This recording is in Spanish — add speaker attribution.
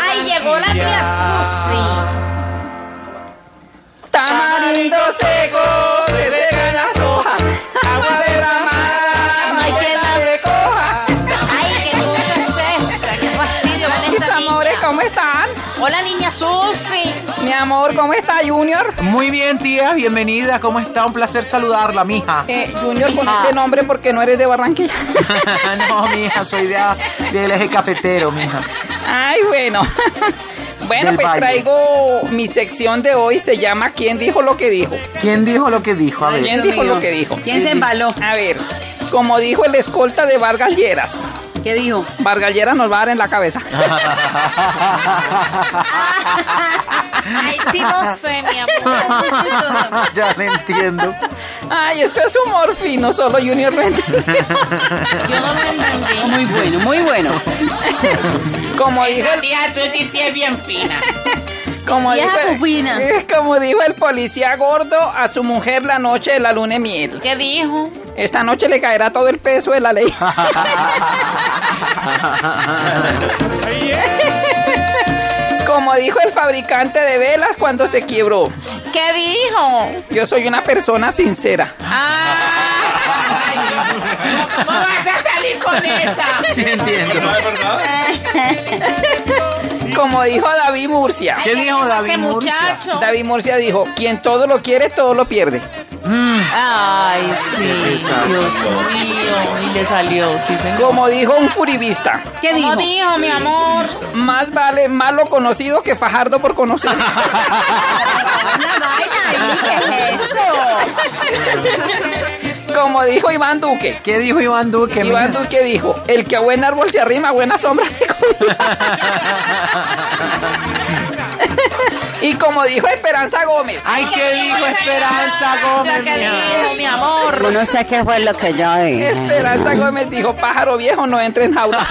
Speaker 1: Ay, llegó la tía
Speaker 2: Tamarindos secos, se secan las hojas. Agua
Speaker 1: No
Speaker 2: derramada,
Speaker 1: hay
Speaker 2: no
Speaker 1: que
Speaker 2: que la
Speaker 1: la-
Speaker 2: de coja.
Speaker 1: Susi. Ay, qué cosa es esta. Qué fastidio con
Speaker 2: Mis
Speaker 1: esta
Speaker 2: amores,
Speaker 1: niña.
Speaker 2: ¿cómo están?
Speaker 1: Hola, niña Susi.
Speaker 2: Mi amor, ¿cómo está Junior?
Speaker 3: Muy bien, tía, bienvenida. ¿Cómo está? Un placer saludarla, mija.
Speaker 2: Eh, Junior con
Speaker 3: Ah.
Speaker 2: ese nombre porque no eres de Barranquilla.
Speaker 3: no, mija, soy de, del eje cafetero, mija.
Speaker 2: Ay, bueno. Bueno,
Speaker 3: Del
Speaker 2: pues
Speaker 3: Valle.
Speaker 2: traigo mi sección de hoy, se llama ¿Quién dijo lo que dijo?
Speaker 3: ¿Quién dijo lo que dijo? A
Speaker 2: Ay,
Speaker 3: ver.
Speaker 2: ¿Quién dijo lo que dijo?
Speaker 1: ¿Quién se embaló?
Speaker 2: A ver, como dijo el escolta de Vargas Lleras,
Speaker 1: ¿Qué dijo?
Speaker 2: Vargas Lleras nos va a dar en la cabeza.
Speaker 1: Ay, sí, no sé, mi amor.
Speaker 3: ya le entiendo.
Speaker 2: Ay, esto es humor fino, solo Junior lo entiende.
Speaker 1: Yo no lo entendí.
Speaker 4: Muy bueno, muy bueno.
Speaker 2: Como dijo el
Speaker 5: tía Tuti sí es bien fina.
Speaker 2: Como
Speaker 4: Vieja
Speaker 2: dijo, el-
Speaker 4: pupina.
Speaker 2: eh, como dijo el policía gordo a su mujer la noche de la luna de miel.
Speaker 1: ¿Qué dijo?
Speaker 2: Esta noche le caerá todo el peso de la ley. como dijo el fabricante de velas cuando se quiebró.
Speaker 1: ¿Qué dijo?
Speaker 2: Yo soy una persona sincera. Ah.
Speaker 5: ¿Cómo vas a salir con esa?
Speaker 3: Sí, entiendo.
Speaker 2: Como dijo David Murcia.
Speaker 3: ¿Qué dijo David
Speaker 1: Ese
Speaker 3: Murcia?
Speaker 1: muchacho.
Speaker 2: David Murcia dijo, quien todo lo quiere, todo lo pierde.
Speaker 4: Ay, sí,
Speaker 3: Mm. pesado.
Speaker 4: Dios mío. Y le salió, sí, señor.
Speaker 2: Como dijo un furibista,
Speaker 4: ¿Qué
Speaker 1: ¿Cómo
Speaker 4: dijo?
Speaker 1: dijo, mi amor?
Speaker 2: más vale malo conocido que fajardo por conocer.
Speaker 4: Una vaina ahí, ¿qué es eso?
Speaker 2: Como dijo Iván Duque.
Speaker 3: ¿Qué dijo Iván Duque?
Speaker 2: Iván
Speaker 3: mija?
Speaker 2: Duque dijo, el que a buen árbol se arrima, buena sombra. le cubre". y como dijo Esperanza Gómez,
Speaker 3: Ay, ¿qué dijo Esperanza Gómez,
Speaker 1: ¿Qué
Speaker 3: mija?
Speaker 1: dijo, mi amor?
Speaker 4: Yo no sé qué fue lo que yo dije.
Speaker 2: Esperanza Gómez dijo, pájaro viejo, no entre en jaula.